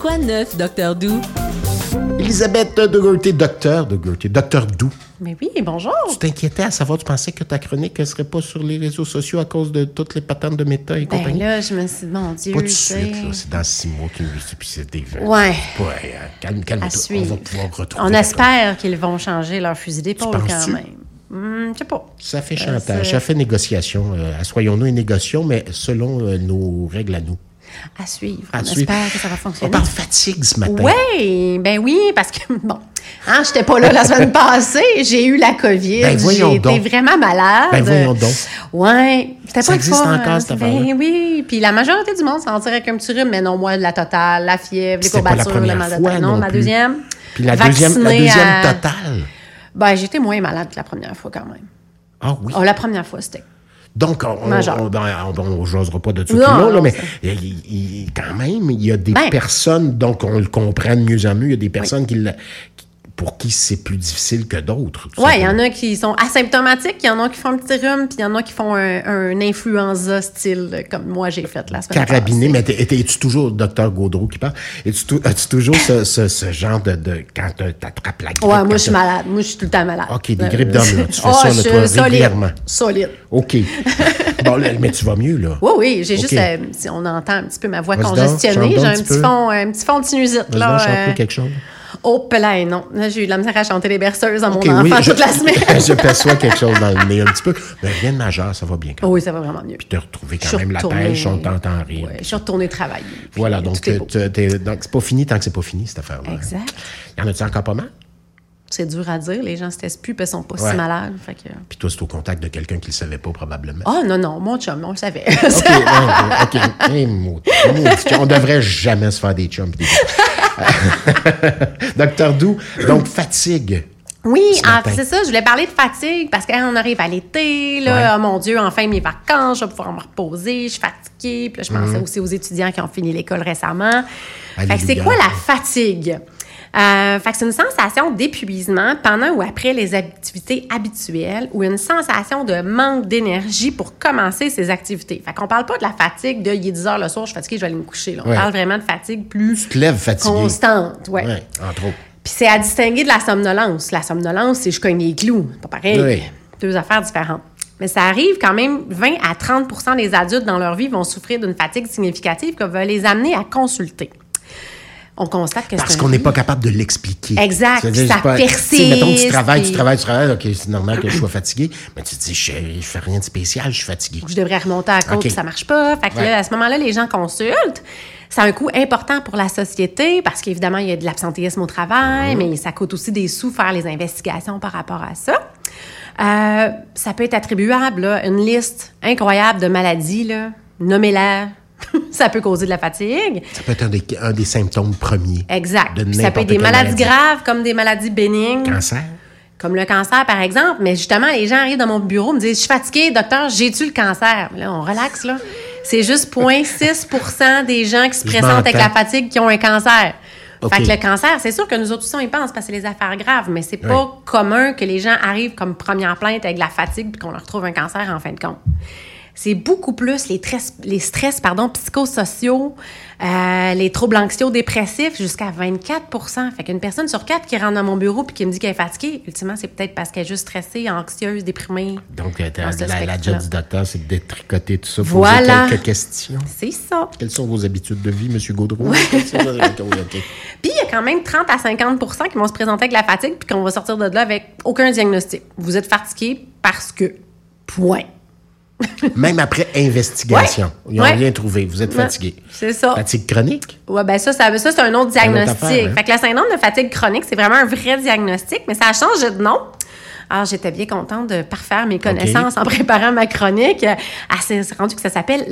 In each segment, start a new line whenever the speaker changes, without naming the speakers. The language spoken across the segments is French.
Quoi de neuf, Docteur Doux?
Elisabeth de Gertie, docteur de Gertie, docteur Doux.
Mais oui, bonjour.
Tu t'inquiétais à savoir, tu pensais que ta chronique ne serait pas sur les réseaux sociaux à cause de toutes les patentes de méta et
Ben
compagnie.
là, je me suis dit, mon Dieu,
pas de
tu sais,
suite, là. C'est dans six mois qu'ils nous puis c'est des
Ouais.
Ouais, hein. calme,
à
calme-toi. On
suivre.
va pouvoir retrouver.
On
la
espère qu'ils vont changer leur fusil d'épaule quand
penses-tu?
même. Hmm, je sais pas.
Ça fait
Euh, c'est-
chantage, ça fait négociation. Euh, Assoyons-nous et négocions, mais selon euh, nos règles à nous.
À suivre.
À
on
suivre.
espère que ça va
On
fonctionner.
parle fatigue ce matin.
Oui, ben oui, parce que, bon, hein, j'étais pas là la semaine passée, j'ai eu la COVID,
Ben voyons
j'ai été
donc.
vraiment malade.
Ben voyons donc.
Oui, c'était
Ça
pas le
existe
fun.
encore, cette
Ben
affaire-là.
oui, puis la majorité du monde s'en tirait comme tu rhume, mais non, moi, la totale, la fièvre, les
C'était pas la
courbatures, le
première
mal de
fois
tête. Non,
non
la
plus.
deuxième.
Puis la deuxième, la
vaccinée
deuxième
à-
totale.
Ben, j'étais moins malade que la première fois quand même.
Ah oui.
Oh, la première fois, c'était.
Donc, on ne
Majeur.
on, ben, on- on jasera pas de tout
Non,
le long,
non,
là, mais
ça-
il- il- il- quand même, il y a des
Ben.
personnes, donc on le comprend de mieux en mieux, il y a des personnes qui l'a- qui- pour qui c'est plus difficile que d'autres. tout
Oui, il y
simplement.
en a qui sont asymptomatiques, il y en a qui font un petit rhume, puis il y en a qui font un, un influenza style, comme moi j'ai fait la semaine
Carabiné,
passée.
mais t'es- t'es- es-tu toujours, docteur Gaudreau qui parle, es-tu tou- as-tu toujours ce, ce- ce genre de, de- quand t'as- t'attrapes la grippe?
Ouais,
quand
moi, je suis
t'as-
malade. Moi, je suis tout le temps malade.
Ok, des
Euh,
grippes d'homme, là. Tu fais
Ah,
ça, là,
je suis
toi,
solide,
régulièrement.
Solide.
OK. bon, là, mais tu vas mieux, là.
Oui, oui, j'ai
Ok.
juste, euh, si on entend un petit peu ma voix
Vas-y donc,
congestionnée,
chante donc
j'ai
un
un
petit
petit
peu.
fond, un petit fond de sinusite,
Vas-y
là.
donc, chante-nous
euh,
quelque chose.
oh, plein, non. Là, j'ai eu de la misère à chanter les berceuses à mon
Ok,
enfant
oui, je-
toute la semaine.
je perçois quelque chose dans le nez un petit peu. Mais rien de majeur, ça va bien quand
oui, ça va vraiment mieux.
Puis te retrouver
Je suis
quand même la
retournée-
pêche, on t'entend rire.
Ouais, je suis retournée travailler. puis
Voilà, donc euh,
tout est beau.
tu- t'es- donc, c'est pas fini tant que c'est pas fini, cette affaire-là. hein.
Exact.
Y en a-tu encore pas mal?
C'est dur à dire, les gens se testent plus, puis ils sont pas si
Ouais.
malades. Fait que...
Puis toi, c'est au contact de quelqu'un qui le savait pas, probablement.
Ah non, non, mon chum, on le savait.
OK, non, OK. Hey, maudit- maudit- on devrait jamais se faire des chums. pis des- Docteur Doux, donc fatigue.
Oui,
matin.
en- c'est ça, je voulais parler de fatigue parce qu'on arrive à l'été, là,
Ouais.
oh mon Dieu, enfin mes vacances, je vais pouvoir me reposer, je suis fatiguée. Puis là, je pensais aussi aux étudiants qui ont fini l'école récemment. Fait que c'est
Mhm. Alléluia.
quoi la fatigue? Euh, fait que c'est une sensation d'épuisement pendant ou après les activités habituelles ou une sensation de manque d'énergie pour commencer ses activités. Fait qu'on parle pas de la fatigue de il est 10 heures le soir, je suis fatiguée, je vais aller me coucher. là. On
Ouais.
parle vraiment de fatigue plus
Tu te lèves fatigué.
constante.
Oui,
ouais.
entre autres.
Puis c'est à distinguer de la somnolence. La somnolence, c'est je cogne les clous. Pas pareil.
Oui.
Deux affaires différentes. Mais ça arrive quand même, 20 à 30 des adultes dans leur vie vont souffrir d'une fatigue significative qui va les amener à consulter. On constate que
Parce
c'est un-
qu'on n'est pas capable de l'expliquer.
Exact,
C'est-à-dire,
ça
c'est pas- tu sais, Mettons que tu
persiste,
travailles, tu
puis-
travailles, tu travailles. OK, c'est normal que je sois fatigué. Mais tu te dis, je, je fais rien de spécial, je suis fatigué.
je devrais remonter à la côte,
Ok.
puis ça marche pas. Fait que
Ouais.
là, à ce moment-là, les gens consultent. Ça a un coût important pour la société parce qu'évidemment, il y a de l'absentéisme au
Ah
travail, mais ça coûte aussi des sous faire les investigations par rapport à ça. Euh, ça peut être attribuable à une liste incroyable de maladies, là. nommez-la. ça peut causer de la fatigue.
Ça peut être un des, un des symptômes premiers.
Exact.
De
Puis ça
n'importe
peut être des
quelle
maladies
maladie.
graves comme des maladies bénignes
Cancer.
comme le cancer, par exemple. Mais justement, les gens arrivent dans mon bureau, me disent, je suis fatiguée, docteur, j'ai-tu le cancer? Là, on relaxe, là. C'est juste 0,6 des gens qui se
Je
présentent avec la
m'entends.
fatigue qui ont un cancer.
OK.
Fait que le cancer, c'est sûr que nous autres aussi, on y pense parce que c'est les affaires graves, mais c'est pas
Oui.
commun que les gens arrivent comme première plainte avec de la fatigue puis qu'on leur trouve un cancer en fin de compte. C'est beaucoup plus les, stress- les stress pardon, psychosociaux, euh, les troubles anxio-dépressifs, jusqu'à 24 Fait qu'une personne sur quatre qui rentre dans mon bureau puis qui me dit qu'elle est fatiguée, ultimement, c'est peut-être parce qu'elle est juste stressée, anxieuse, déprimée.
Donc, euh,
Dans ce
la, la
spectre-là.
job du docteur, c'est de détricoter tout ça. poser
Voilà.
quelques questions.
C'est ça.
Quelles sont vos habitudes de vie, M. Gaudreau? Quelles sont vos- OK, OK.
Puis il y a quand même 30 à 50 qui vont se présenter avec la fatigue puis qu'on va sortir de là avec aucun diagnostic. Vous êtes fatigué parce que. Point.
Même après investigation,
Ouais.
ils n'ont
Ouais.
rien trouvé. Vous êtes fatigué.
C'est ça.
Fatigue chronique?
Ouais, ben ça, ça, ça c'est un autre
autre
diagnostic.
affaire, hein?
Fait que le syndrome de fatigue chronique, c'est vraiment un vrai diagnostic, mais ça a changé de nom. Alors, j'étais bien contente de parfaire mes connaissances en préparant ma chronique. Euh, Ah, c'est c'est rendu que ça s'appelle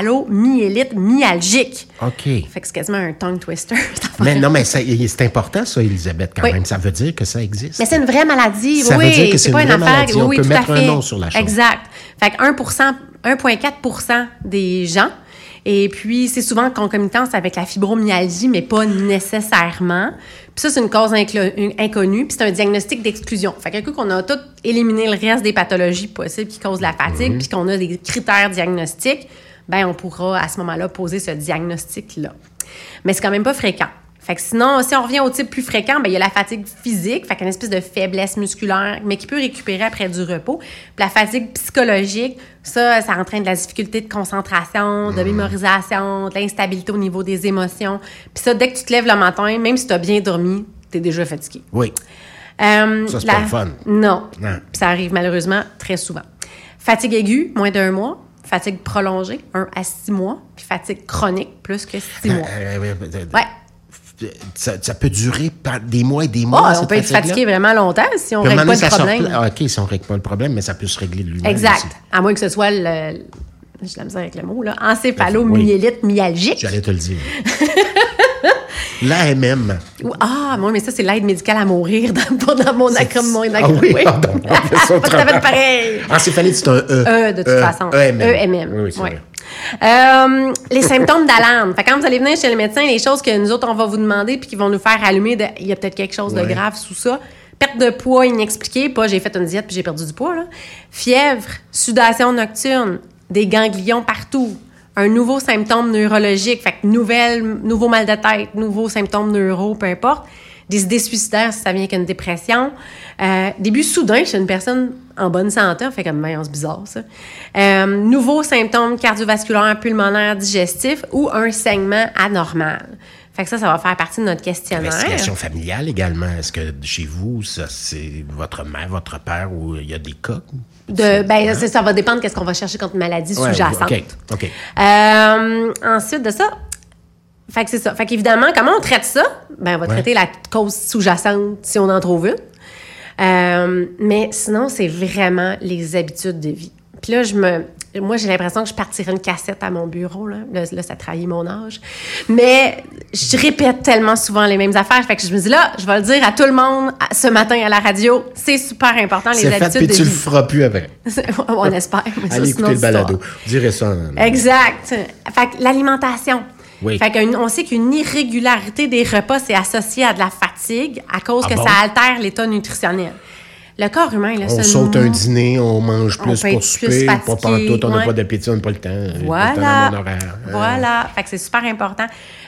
l'encéphalomyélite myalgique.
OK.
Fait que c'est quasiment un tongue twister. cette affaire.
Mais non, mais ça- c'est important, ça, Elisabeth, quand
Oui.
même. Ça veut dire que ça existe.
Mais c'est une vraie maladie.
Ça
oui,
veut dire que
c'est
c'est
pas
une
une
vraie
affaire.
maladie. On
oui,
peut
tout
mettre
à
un
fait.
nom sur la chose.
Exact. Fait que 1%, 1,4 des gens. Et puis, c'est souvent en concomitance avec la fibromyalgie, mais pas nécessairement. Puis ça, c'est une cause inclo- une- inconnue. Puis c'est un diagnostic d'exclusion. Fait que, coup qu'on a tout éliminé le reste des pathologies possibles qui causent la
Mhm.
fatigue, puis qu'on a des critères diagnostiques, ben on pourra à ce moment-là poser ce diagnostic-là. Mais c'est quand même pas fréquent. Fait que sinon, si on revient au type plus fréquent, ben, il y a la fatigue physique, fait qu'une espèce de faiblesse musculaire, mais qui peut récupérer après du repos. Puis la fatigue psychologique, ça, ça entraîne de la difficulté de concentration,
Mmh.
de mémorisation, de l'instabilité au niveau des émotions. Puis ça, dès que tu te lèves le matin, même si tu as bien dormi, tu es déjà fatigué.
Oui.
Euh,
Ça, c'est
la-
pas le fun. Hein.
Non.
Non.
Puis Ça arrive malheureusement très souvent. Fatigue aiguë, moins d'un mois. Fatigue prolongée, un à six mois. Puis fatigue chronique, plus que six mois.
Euh, euh, euh,
Ouais.
Ça, ça peut durer par des mois et des
Ah,
mois.
on
cette
peut être
fatigue-là.
fatigué vraiment longtemps si on
Puis à un moment
règle pas
donné,
de
ça sort
problème.
pla- Ah, OK, si on règle pas le problème, mais ça peut se régler de lui-même.
Exact.
aussi.
À moins que ce soit le. J'ai de la misère avec le mot, là. Encéphalomyélite myalgique.
J'allais te le dire. L'AMM.
Ou- ah, moi, mais ça, c'est l'aide médicale à mourir dans, pas dans mon acrome. Mon
Ah
acrome
oui, pardon. on fait ça
Pas tout à
autrement.
fait pareil.
Encéphalite, c'est un E.
E, de toute façon.
EMM.
EMM.
Oui, oui, c'est
Ouais.
vrai.
Euh, les symptômes d'alarme. Fait que quand vous allez venir chez le médecin, les choses que nous autres, on va vous demander puis qui vont nous faire allumer, de, il y a peut-être quelque chose de
Ouais.
grave sous ça. Perte de poids inexpliquée, pas j'ai fait une diète puis j'ai perdu du poids. là. Fièvre, sudation nocturne, des ganglions partout, un nouveau symptôme neurologique, fait que nouvelle, nouveau mal de tête, nouveau symptôme neuro, peu importe. Des idées suicidaires si ça vient qu'une dépression. Euh, début soudain chez une personne en bonne santé, on fait comme, mais on se bizarre ça. Euh, nouveaux symptômes cardiovasculaires, pulmonaires, digestifs ou un saignement anormal. Fait que ça, ça va faire partie de notre questionnaire.
Investigation familiale également. Est-ce que chez vous, ça, c'est votre mère, votre père, ou il y a des cas?
De, ben, ça, ça va dépendre de ce qu'on va chercher contre maladie
hein? Ouais,
sous-jacente.
OK, OK.
Euh, ensuite de ça, fait que c'est ça. Fait qu'évidemment, comment on traite ça? Ben, on
Ouais.
va traiter la cause sous-jacente si on en trouve une. Euh, mais sinon, c'est vraiment les habitudes de vie. Puis là, je me, moi, j'ai l'impression que je partirais une cassette à mon bureau. Là, là, là, ça trahit mon âge. Mais je répète tellement souvent les mêmes affaires. Fait que je me dis là, je vais le dire à tout le monde à- ce matin à la radio. C'est super important, les
C'est fait,
habitudes
puis
de
tu le
vie.
feras plus avec.
on espère. mais ça,
Allez
c'est une
écouter le
autre histoire.
balado. Direz ça. en-
Exact. Fait que l'alimentation.
Oui.
Fait qu'une- on sait qu'une irrégularité des repas, c'est associé à de la fatigue à cause
Ah
que
bon?
ça altère l'état nutritionnel. Le corps humain, là,
On
se
saute
mou-
un dîner, on mange
On
plus
peut être
pour
plus
souper, pas
fatigué,
pantoute, on n'a
ouais.
pas d'appétit, on n'a pas le temps. euh, pas le temps
Voilà.
dans mon horaire. Euh,
Voilà. Fait que c'est super important.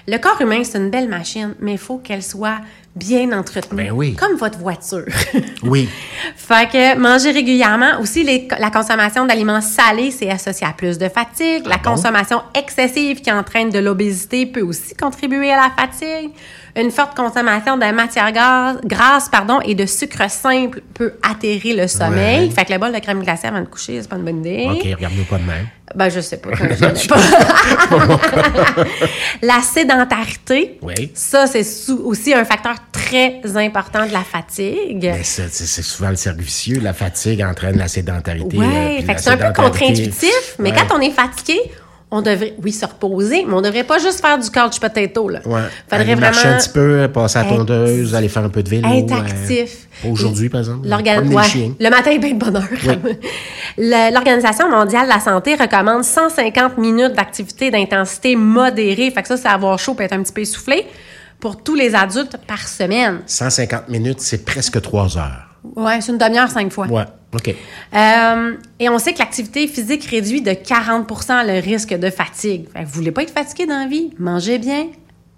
Le corps humain, c'est une belle machine, mais il faut qu'elle soit bien entretenue.
Ben oui.
Comme votre voiture.
Oui.
Fait que manger régulièrement, aussi les- la consommation d'aliments salés, c'est associé à plus de fatigue. la
Ah bon?
consommation excessive qui entraîne de l'obésité peut aussi contribuer à la fatigue. Une forte consommation de matières gaz- grasses pardon, et de sucre simple peut atterrir le sommeil. Fait que le bol de crème glacée avant de coucher, c'est pas une bonne idée.
OK, regarde-nous pas de même.
Ben, je sais pas. je connais pas. la sédentarité,
Oui.
ça, c'est sou- aussi un facteur très important de la fatigue.
Mais ça, c'est c'est souvent le cercle vicieux. La fatigue entraîne la sédentarité. euh,
Ouais,
puis
fait
la
que c'est un peu
sédentarité-
contre-intuitif, mais
Ouais.
quand on est fatigué, on devrait, oui, se reposer, mais on devrait pas juste faire du couch potato, là.
Ouais.
Faudrait
aller marcher
vraiment
un petit peu, passer à la
être-
tondeuse, aller faire un peu de vélo.
être
euh,
actif.
Aujourd'hui, par exemple.
L'organ-
promener
ouais,
le chien.
le matin est bien de bonne heure. Le- L'Organisation mondiale de la santé recommande 150 minutes d'activité d'intensité modérée. Fait que ça, c'est avoir chaud et être un petit peu essoufflé pour tous les adultes par semaine.
150 minutes, c'est presque trois heures.
Ouais, c'est une demi-heure cinq fois.
Ouais. OK.
Euh, et on sait que l'activité physique réduit de 40 le risque de fatigue. Fait que vous voulez pas être fatigué dans la vie? Mangez bien,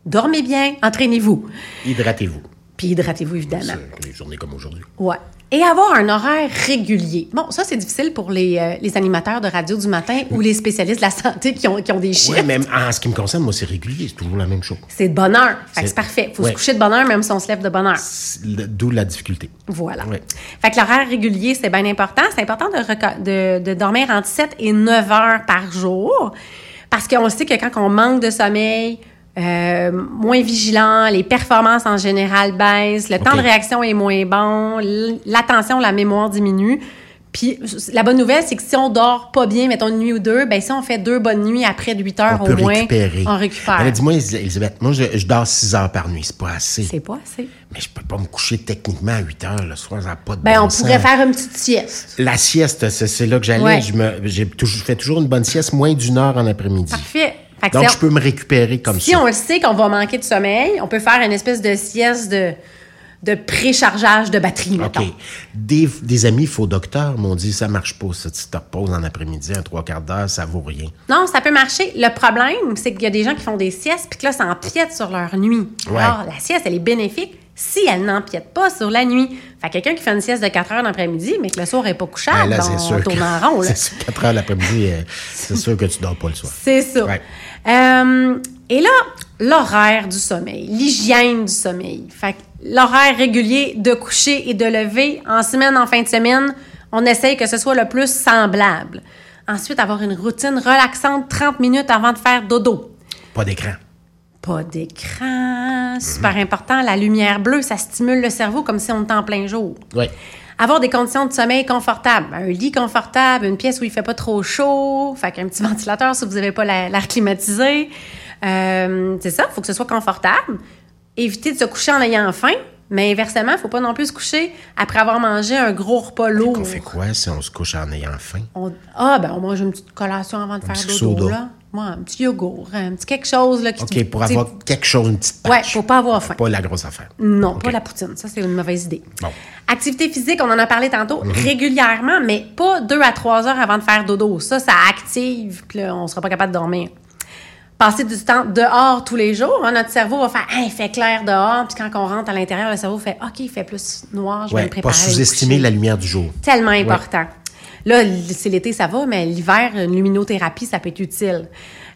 dormez bien, entraînez-vous.
Hydratez-vous.
Puis hydratez-vous, évidemment.
C'est Des journées comme aujourd'hui.
Ouais. Et avoir un horaire régulier. Bon, ça, c'est difficile pour les, euh, les animateurs de radio du matin ou les spécialistes de la santé qui ont, qui ont des chiffres.
Oui, même en ce qui me concerne, moi, c'est régulier. C'est toujours la même chose.
C'est de bonne heure. Fait que
C'est-
c'est parfait. Faut
Ouais.
se coucher de bonne heure, même si on se lève de bonne heure.
C'est le- D'où la difficulté.
Voilà.
Ouais.
Fait que l'horaire régulier, c'est bien important. C'est important de, reco- de, de dormir entre 7 et 9 heures par jour parce qu'on sait que quand on manque de sommeil, euh, moins vigilant, les performances en général baissent, le temps de réaction est moins bon, l- l'attention, la mémoire diminue. Puis la bonne nouvelle, c'est que si on dort pas bien, mettons une nuit ou deux, ben si on fait deux bonnes nuits après de 8 heures
On
au
peut
moins,
récupérer.
on récupère.
Ah, mais Dis-moi, Elis- Elisabeth, moi, je, je dors six heures par nuit. C'est pas assez.
c'est pas assez.
Mais je peux pas me coucher techniquement à 8 heures le soir. Ça n'a pas de
Ben
bon
on
sens.
pourrait faire une petite sieste.
La sieste, c'est c'est là que j'allais.
Ouais.
Je me- J'ai toujours, je fais toujours une bonne sieste, moins d'une heure en après-midi.
Parfait. Fait que
Donc,
c'est-
je peux me récupérer comme
si
ça.
on le sait qu'on va manquer de sommeil, on peut faire une espèce de sieste de, de préchargeage de batterie, mettons.
OK. Des, des amis faux docteurs m'ont dit ça marche pas, ça. Tu te reposes en après-midi, un trois quarts d'heure, ça vaut rien.
Non, ça peut marcher. Le problème, c'est qu'il y a des gens qui font des siestes, puis que là, ça empiète sur leur nuit.
Ouais.
Alors, la sieste, elle est bénéfique si elle n'empiète pas sur la nuit. Fait que quelqu'un qui fait une sieste de 4 heures l'après-midi, mais que le soir n'est pas couchable,
Ben là, c'est
on
sûr.
tourne en rond.
que-
là.
C'est sûr, 4 heures l'après-midi, euh, c'est sûr que tu dors pas le soir.
C'est ça.
Ouais.
Euh, et là, l'horaire du sommeil, l'hygiène du sommeil. Fait que l'horaire régulier de coucher et de lever en semaine, en fin de semaine, on essaye que ce soit le plus semblable. Ensuite, avoir une routine relaxante 30 minutes avant de faire dodo.
Pas d'écran.
Pas d'écran, super important. La lumière bleue, ça stimule le cerveau comme si on était en plein jour.
Oui.
Avoir des conditions de sommeil confortables, Ben, un lit confortable, une pièce où il fait pas trop chaud, fait qu'un petit ventilateur si vous n'avez pas la- l'air climatisé. Euh, c'est ça, faut que ce soit confortable. Éviter de se coucher en ayant faim, mais inversement, faut pas non plus se coucher après avoir mangé un gros repas lourd.
On fait quoi si on se couche en ayant faim?
On- ah ben on mange une petite collation avant de faire
petit
dodo
soda.
là. Ouais, un petit yogourt, un petit quelque chose là qui
OK, pour
tu sais,
avoir quelque chose, une petite
Ouais,
patch.
faut pas avoir faim. Mm,
Pas la grosse affaire.
Non,
OK.
pas la poutine. Ça, c'est une mauvaise idée.
Bon. Mhm.
Activité physique, on en a parlé tantôt, régulièrement, mais pas deux à trois heures avant de faire dodo. Ça, ça active, puis là, on sera pas capable de dormir. Passer du temps dehors tous les jours, hein, notre cerveau va faire Hey, il fait clair dehors », puis quand on rentre à l'intérieur, le cerveau fait « OK, il fait plus noir, je vais
Ouais,
me préparer
pas
à aller me
sous-estimer
coucher.
la lumière du jour.
Tellement important. Là, l- c'est l'été, ça va, mais l'hiver, une luminothérapie, ça peut être utile.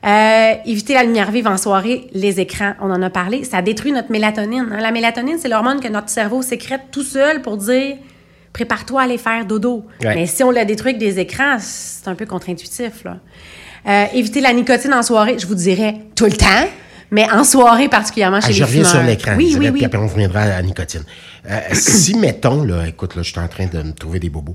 Euh, éviter la lumière vive en soirée, les écrans, on en a parlé, ça détruit notre mélatonine. hein. La mélatonine, c'est l'hormone que notre cerveau sécrète tout seul pour dire prépare-toi à aller faire dodo.
Ouais.
Mais si on la détruit avec des écrans, c'est un peu contre-intuitif. là. Euh, éviter la nicotine en soirée, je vous dirais tout le temps, mais en soirée particulièrement chez
Ah,
les
je reviens
fumeurs.
sur l'écran,
Oui,
je
oui,
dirais,
oui.
puis après on reviendra à la nicotine. Euh, si, mettons, là, écoute, là, je suis en train de me trouver des bobos.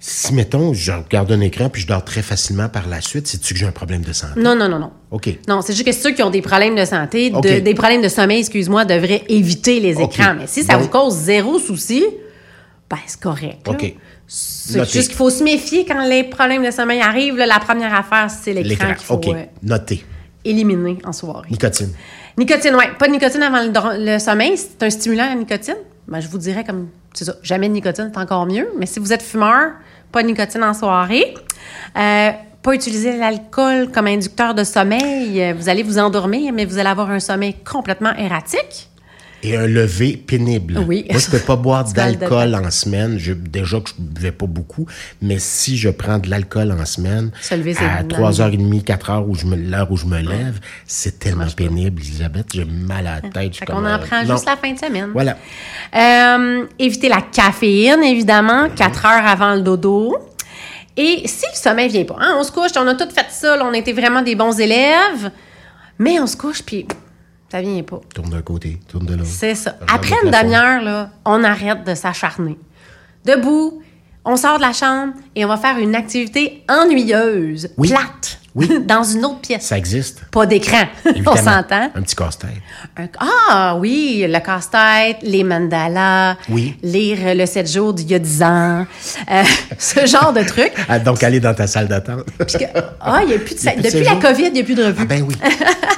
Si, mettons, je regarde un écran puis je dors très facilement par la suite, c'est-tu que j'ai un problème de santé?
Non, non, non, non.
OK.
Non, c'est juste que ceux qui ont des problèmes de santé, de-
OK.
des problèmes de sommeil, excuse-moi, devraient éviter les
OK.
écrans. Mais si ça
Donc-
vous cause zéro souci, ben c'est correct. là.
OK.
C'est
Noté.
juste qu'il faut se méfier quand les problèmes de sommeil arrivent. là, la première affaire, c'est l'écran
L'écran.
qu'il faut
OK.
euh,
Noté.
éliminer en soirée.
Nicotine.
Nicotine, oui. Pas de nicotine avant le, dor- le sommeil. C'est un stimulant la nicotine. Ben, je vous dirais comme, c'est ça, jamais de nicotine, c'est encore mieux. Mais si vous êtes fumeur, pas de nicotine en soirée. Euh, pas utiliser l'alcool comme inducteur de sommeil. Euh, Vous allez vous endormir, mais vous allez avoir un sommeil complètement erratique.
Et un lever pénible.
Oui.
Moi, je peux pas boire
Tu parles
d'alcool en semaine. Je- déjà que je buvais pas beaucoup, mais si je prends de l'alcool en semaine,
Se lever, c'est
à
une
3h30, 4h, où je me, l'heure où je me lève, c'est tellement pénible, Elisabeth. J'ai mal à la tête. je suis
Fait
comme,
qu'on en
euh,
prend
non.
juste la fin de semaine.
Voilà.
Euh, éviter la caféine, évidemment, 4 heures avant le dodo. Et si le sommeil vient pas, hein, on se couche, on a tout fait ça, là, on était vraiment des bons élèves, mais on se couche, puis ça vient pas.
Tourne d'un côté, tourne de l'autre.
C'est ça.
Regarde
Après
le
une
plafond.
demi-heure, là, on arrête de s'acharner. Debout, on sort de la chambre et on va faire une activité ennuyeuse,
Oui.
plate,
Oui.
dans une autre pièce.
Ça existe.
Pas d'écran, on
évidemment.
s'entend.
Un petit casse-tête.
Un- Ah oui, le casse-tête, les mandalas,
Oui.
lire le 7 jours d'il y a 10 ans, euh, ce genre de truc.
Ah, donc, aller dans ta salle d'attente.
Puis que- ah, il n'y a plus de...
Il y a plus de
Depuis la
séjour.
COVID, il n'y a plus de
ah,
revue.
ben oui.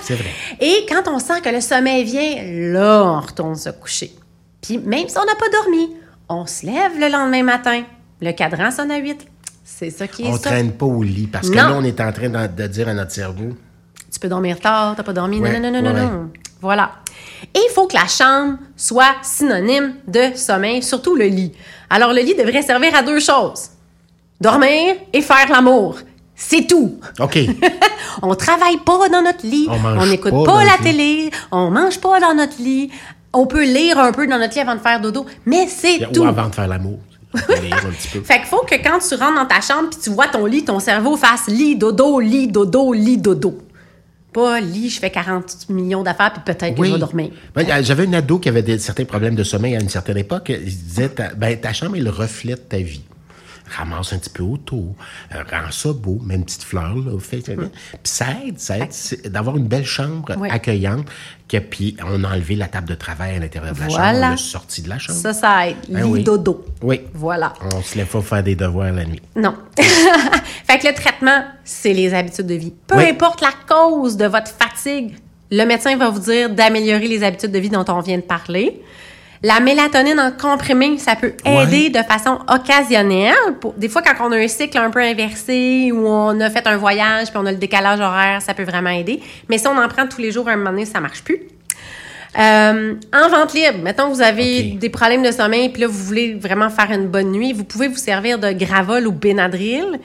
C'est vrai.
Et quand on sent que le sommeil vient, là, on retourne se coucher. Puis même si on n'a pas dormi, on se lève le lendemain matin. Le cadran sonne à 8. C'est ça qui est
On
ça.
traîne pas au lit parce que
Non.
là, on est en train d'en- de dire à notre cerveau.
Tu peux dormir tard, t'as pas dormi.
Ouais,
non, non, non, non,
ouais,
non. Voilà. Et il faut que la chambre soit synonyme de sommeil, surtout le lit. Alors, le lit devrait servir à deux choses. Dormir et faire l'amour. C'est tout.
OK.
On travaille pas dans notre lit.
On mange
On n'écoute
pas
pas,
dans
la
notre lit.
télé. On mange pas dans notre lit. On peut lire un peu dans notre lit avant de faire dodo. Mais c'est tout.
Ou avant de faire l'amour. On peut lire un petit peu.
Fait qu'il faut que quand tu rentres dans ta chambre puis tu vois ton lit, ton cerveau fasse lit, dodo, lit, dodo, lit, dodo. Pas lit, je fais 40 millions d'affaires puis peut-être que je vais dormir.
Ben, euh, J'avais une ado qui avait des- certains problèmes de sommeil à une certaine époque. Il disait, ta, ben, ta chambre est le reflet de ta vie. Ramasse un petit peu autour, euh, rends ça beau, mets une petite fleur, là, fais- Puis ça aide, ça aide c'est d'avoir une belle chambre
Mm. Ouais.
accueillante. Que, puis on a enlevé la table de travail à l'intérieur de la
Voilà.
chambre, on a sorti de la chambre.
Ça, ça aide. Lit,
Ben oui.
dodo.
Oui.
Voilà.
On se lève pas faire des devoirs la nuit.
Non. fait que le traitement, c'est les habitudes de vie. Peu
Oui.
importe la cause de votre fatigue, le médecin va vous dire d'améliorer les habitudes de vie dont on vient de parler. La mélatonine en comprimé, ça peut aider de façon occasionnelle. Pour- des fois, quand on a un cycle un peu inversé ou on a fait un voyage puis on a le décalage horaire, ça peut vraiment aider. Mais si on en prend tous les jours, à un moment donné, ça marche plus. Euh, en vente libre, mettons que vous avez
Ok.
des problèmes de sommeil puis là vous voulez vraiment faire une bonne nuit, vous pouvez vous servir de Gravol ou Benadryl.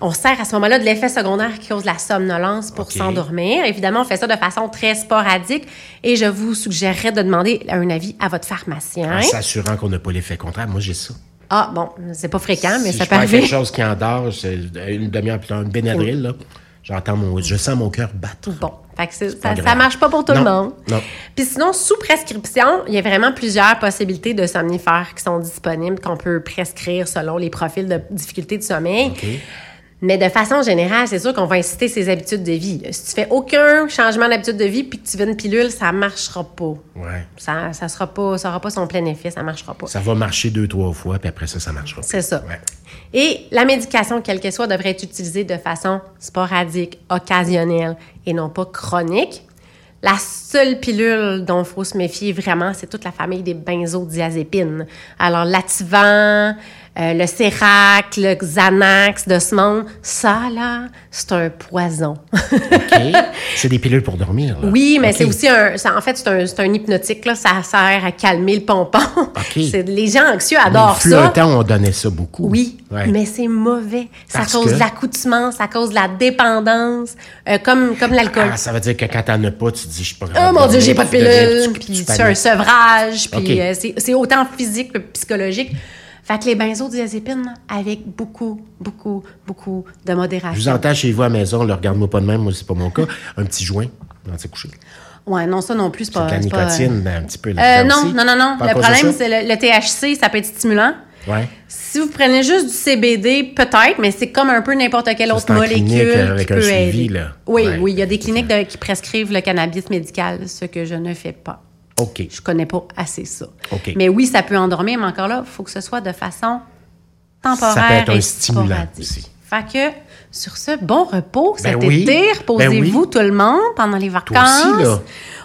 On se sert à ce moment-là de l'effet secondaire qui cause la somnolence pour
Ok.
s'endormir. Évidemment, on fait ça de façon très sporadique et je vous suggérerais de demander un avis à votre pharmacien.
En s'assurant qu'on n'a pas l'effet contraire. Moi, j'ai ça.
Ah bon, c'est pas fréquent, mais
si
ça
je
peut
prends
arriver.
quelque chose qui endort, c'est une demi-heure plus tard, une Benadryl, là, j'entends mon, je sens mon cœur battre.
Bon, fait que c'est-
pas
ça,
grave.
ça marche pas pour tout
Non,
le monde.
non.
Puis sinon, sous prescription, il y a vraiment plusieurs possibilités de somnifères qui sont disponibles, qu'on peut prescrire selon les profils de difficultés de sommeil.
OK?
Mais de façon générale, c'est sûr qu'on va inciter ses habitudes de vie. Si tu fais aucun changement d'habitude de vie puis que tu veux une pilule, ça marchera pas.
Ouais.
Ça, ça sera pas, ça aura pas son plein effet, ça marchera pas.
Ça va marcher deux, trois fois, puis après ça, ça marchera plus.
C'est ça.
Ouais.
Et la médication, quelle qu'elle soit, devrait être utilisée de façon sporadique, occasionnelle et non pas chronique. La seule pilule dont il faut se méfier vraiment, c'est toute la famille des benzodiazépines. Alors, l'Ativan, euh, le Cérac, le Xanax de ce monde, ça, là, c'est un poison.
OK? c'est des pilules pour dormir, là.
Oui, mais
OK.
c'est aussi un. ça- en fait, c'est un, c'est un hypnotique, là. Ça sert à calmer le pompon. C'est- Les gens anxieux
Mais
adorent
Il y a un
ça.
temps, on donnait ça beaucoup.
Oui,
Ouais.
mais c'est mauvais. Ça
Parce
cause
que-
de l'accoutumance, ça cause de la dépendance, euh, comme, comme l'alcool.
Ah, ça veut dire que quand t'en as pas, tu te dis, je suis pas
oh
capable
mon Dieu,
dormir,
j'ai pas de
tu deviens-
pilule,
tu- tu
puis tu fais un
paniques.
sevrage, puis
Ok.
euh, c'est- c'est autant physique que psychologique. Fait que les benzodiazépines, avec beaucoup, beaucoup, beaucoup de
Je
modération.
vous entends chez vous à la maison, le regarde-moi pas de même, moi, c'est pas mon cas. Un petit joint, on s'est couché.
Ouais, non, ça non plus, c'est pas.
Avec la
c'est pas-
nicotine, ben, un petit peu.
Euh,
là
non, non, non, non. Le problème, c'est le, le THC, ça peut être stimulant.
Ouais.
Si vous prenez juste du CBD, peut-être, mais c'est comme un peu n'importe quelle
Ça,
autre
c'est en clinique,
molécule
euh, avec
qui
un
peut
suivi,
aider.
là.
Oui,
Ouais.
oui, il y a des cliniques de- qui prescrivent le cannabis médical, ce que je ne fais pas.
OK.
Je connais pas assez ça.
OK.
Mais oui, ça peut endormir, mais encore là, il faut que ce soit de façon temporaire
Ça peut être un
et
stimulant
sporadique.
aussi.
Fait que, sur ce, bon repos
Ben
cet
oui.
été. Reposez-vous
Ben oui.
tout le monde pendant les vacances.
aussi, là.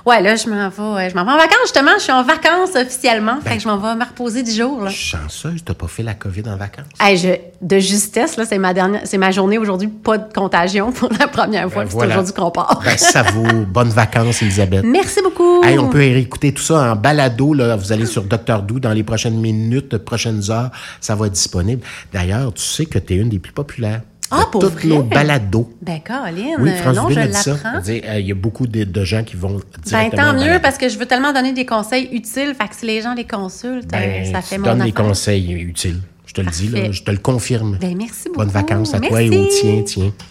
Ouais, là, je m'en vais, euh, je m'en vais en vacances, justement. Je suis en vacances officiellement.
Ben
fait que je m'en vais me reposer 10 jours, là.
Chanceuse, t'as pas fait la COVID en vacances.
Hey, je, de justesse, là, c'est ma dernière, c'est ma journée aujourd'hui, pas de contagion pour la première fois.
Ben,
puis
voilà.
C'est aujourd'hui qu'on part.
Ben, ça vaut bonnes vacances, Elisabeth.
Merci beaucoup.
Hey, on peut écouter tout ça en balado. Là. Vous allez sur Docteur Dou dans les prochaines minutes, prochaines heures. Ça va être disponible. D'ailleurs, tu sais que tu es une des plus populaires. de
Ah, pour
Toutes
vrai?
nos balados.
Ben, Caroline,
Oui,
euh,
France
non, je
Dubé a dit ça.
l'apprends.
Elle dit, euh, Il y a beaucoup de, de gens qui vont
Ben,
directement
tant
au
mieux,
balado.
parce que je veux tellement donner des conseils utiles. Fait que si les gens les consultent,
Ben,
euh, ça fait
tu
mon
donnes des
affaire.
conseils utiles. Je te le dis, là,
Parfait.
je te le confirme.
Ben, merci beaucoup.
Bonnes vacances à toi et
Merci.
au tien, tiens.